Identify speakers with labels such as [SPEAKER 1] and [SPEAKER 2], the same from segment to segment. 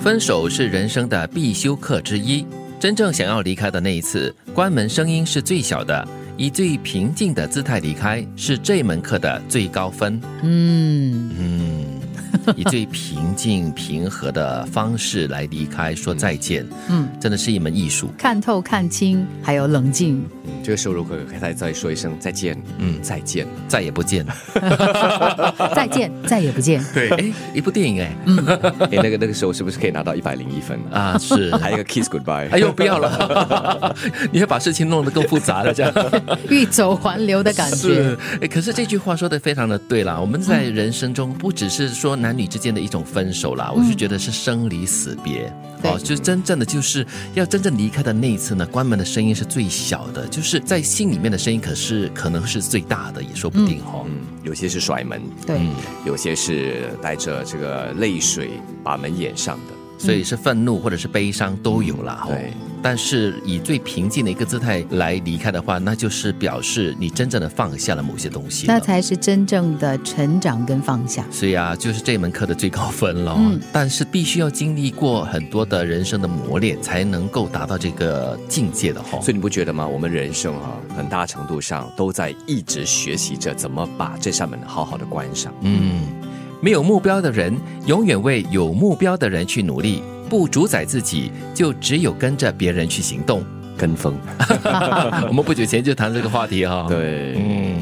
[SPEAKER 1] 分手是人生的必修课之一。真正想要离开的那一次，关门声音是最小的，以最平静的姿态离开是这门课的最高分。
[SPEAKER 2] 嗯，
[SPEAKER 1] 嗯，以最平静平和的方式来离开，说再见。
[SPEAKER 2] 嗯，
[SPEAKER 1] 真的是一门艺术。
[SPEAKER 2] 看透、看清，还有冷 静。
[SPEAKER 3] 嗯这个时候如果再再说一声再见，
[SPEAKER 1] 嗯，
[SPEAKER 3] 再见，
[SPEAKER 1] 再也不见了。
[SPEAKER 2] 再见，再也不见。
[SPEAKER 1] 对，哎，一部电影哎
[SPEAKER 3] 哎，那个那个时候是不是可以拿到一百零一分 啊？
[SPEAKER 1] 啊是。
[SPEAKER 3] 还有一个 kiss goodbye，
[SPEAKER 1] 哎呦，不要了！ 你会把事情弄得更复杂了，这样。
[SPEAKER 2] 欲走还留的感觉。
[SPEAKER 1] 是，诶可是这句话说的非常的对啦。我们在人生中不只是说男女之间的一种分手啦，我是觉得是生离死别。
[SPEAKER 2] 嗯
[SPEAKER 1] 哦
[SPEAKER 2] 对
[SPEAKER 1] 就真正的就是要真正离开的那一次呢，关门的声音是最小的，就是在心里面的声音，可是可能是最大的，也说不定哦。
[SPEAKER 3] 嗯，有些是甩门，
[SPEAKER 2] 对，
[SPEAKER 3] 有些是带着这个泪水把门掩上的。
[SPEAKER 1] 所以是愤怒或者是悲伤都有啦。哦
[SPEAKER 3] 对，
[SPEAKER 1] 但是以最平静的一个姿态来离开的话，那就是表示你真正的放下了某些东西了。
[SPEAKER 2] 那才是真正的成长跟放下。
[SPEAKER 1] 所以啊，就是这门课的最高分了。哦
[SPEAKER 2] 嗯
[SPEAKER 1] 但是必须要经历过很多的人生的磨练，才能够达到这个境界的哦哈、
[SPEAKER 3] 所以你不觉得吗？我们人生啊，很大程度上都在一直学习着怎么把这扇门好好的关上。
[SPEAKER 1] 嗯，没有目标的人，永远为有目标的人去努力，不主宰自己，就只有跟着别人去行动。
[SPEAKER 3] 跟风，
[SPEAKER 1] 我们不久前就谈这个话题哈、，
[SPEAKER 3] 对，
[SPEAKER 1] 嗯，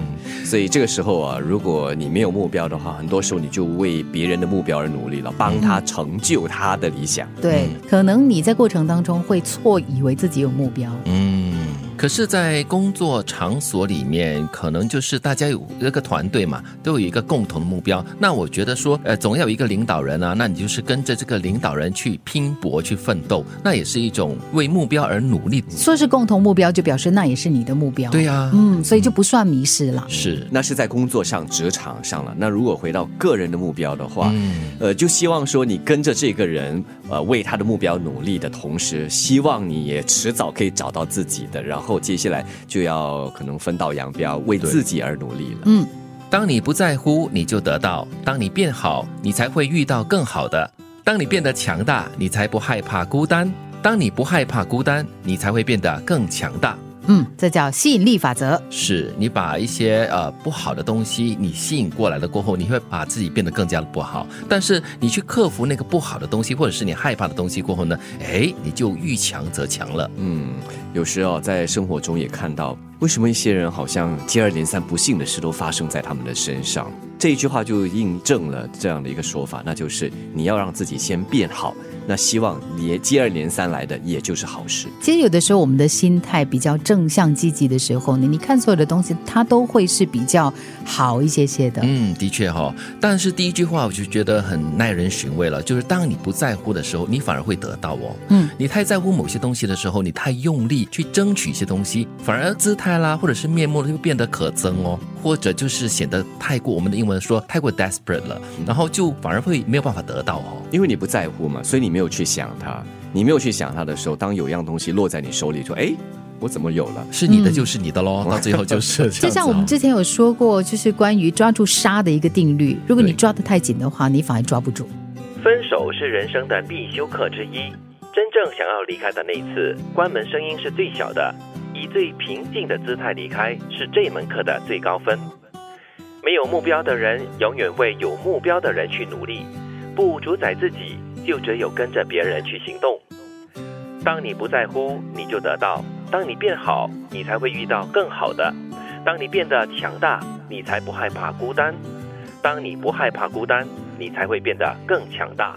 [SPEAKER 3] 所以这个时候啊，如果你没有目标的话，很多时候你就为别人的目标而努力了，帮他成就他的理想。
[SPEAKER 2] 对，可能你在过程当中会错以为自己有目标。
[SPEAKER 1] 嗯，可是，在工作场所里面，可能就是大家有呃那个团队嘛，都有一个共同的目标。那我觉得说，呃，总要有一个领导人啊，那你就是跟着这个领导人去拼搏、去奋斗，那也是一种为目标而努力。
[SPEAKER 2] 说是共同目标，就表示那也是你的目标。
[SPEAKER 1] 对、呀、
[SPEAKER 2] 嗯，所以就不算迷失了。
[SPEAKER 1] 是，
[SPEAKER 3] 那是在工作上、职场上了。那如果回到个人的目标的话，
[SPEAKER 1] 嗯，
[SPEAKER 3] 呃，就希望说你跟着这个人，呃，为他的目标努力的同时，希望你也迟早可以找到自己的，然后接下来就要可能分道扬镳，为自己而努力了。
[SPEAKER 2] 嗯，
[SPEAKER 1] 当你不在乎，你就得到；当你变好，你才会遇到更好的；当你变得强大，你才不害怕孤单；当你不害怕孤单，你才会变得更强大。
[SPEAKER 2] 嗯，这叫吸引力法则。
[SPEAKER 1] 是你把一些呃不好的东西你吸引过来了过后，你会把自己变得更加的不好。但是你去克服那个不好的东西，或者是你害怕的东西过后呢，哎，你就遇强则强了。
[SPEAKER 3] 嗯，有时候在生活中也看到，为什么一些人好像接二连三不幸的事都发生在他们的身上？这一句话就印证了这样的一个说法，那就是你要让自己先变好，那希望连接二连三来的也就是好事。
[SPEAKER 2] 其实有的时候我们的心态比较正向积极的时候呢，你看所有的东西它都会是比较好一些些的。
[SPEAKER 1] 嗯，的确哈、但是第一句话我就觉得很耐人寻味了，就是当你不在乎的时候，你反而会得到哦。
[SPEAKER 2] 嗯，
[SPEAKER 1] 你太在乎某些东西的时候，你太用力去争取一些东西，反而姿态啦或者是面目就变得可憎哦，或者就是显得太过我们的英文说太过 desperate 了，然后就反而会没有办法得到哦。
[SPEAKER 3] 因为你不在乎嘛，所以你没有去想它。你没有去想它的时候，当有样东西落在你手里，说：“哎，我怎么有了
[SPEAKER 1] 是你的就是你的喽，到最后就是这样、哦。
[SPEAKER 2] 就像我们之前有说过，就是关于抓住沙的一个定律，如果你
[SPEAKER 1] 对
[SPEAKER 2] 抓得太紧的话，你反而抓不住。
[SPEAKER 4] 分手是人生的必修课之一。真正想要离开的那一次，关门声音是最小的，以最平静的姿态离开是这门课的最高分。没有目标的人，永远为有目标的人去努力；不主宰自己，就只有跟着别人去行动。当你不在乎，你就得到；当你变好，你才会遇到更好的；当你变得强大，你才不害怕孤单；当你不害怕孤单，你才会变得更强大。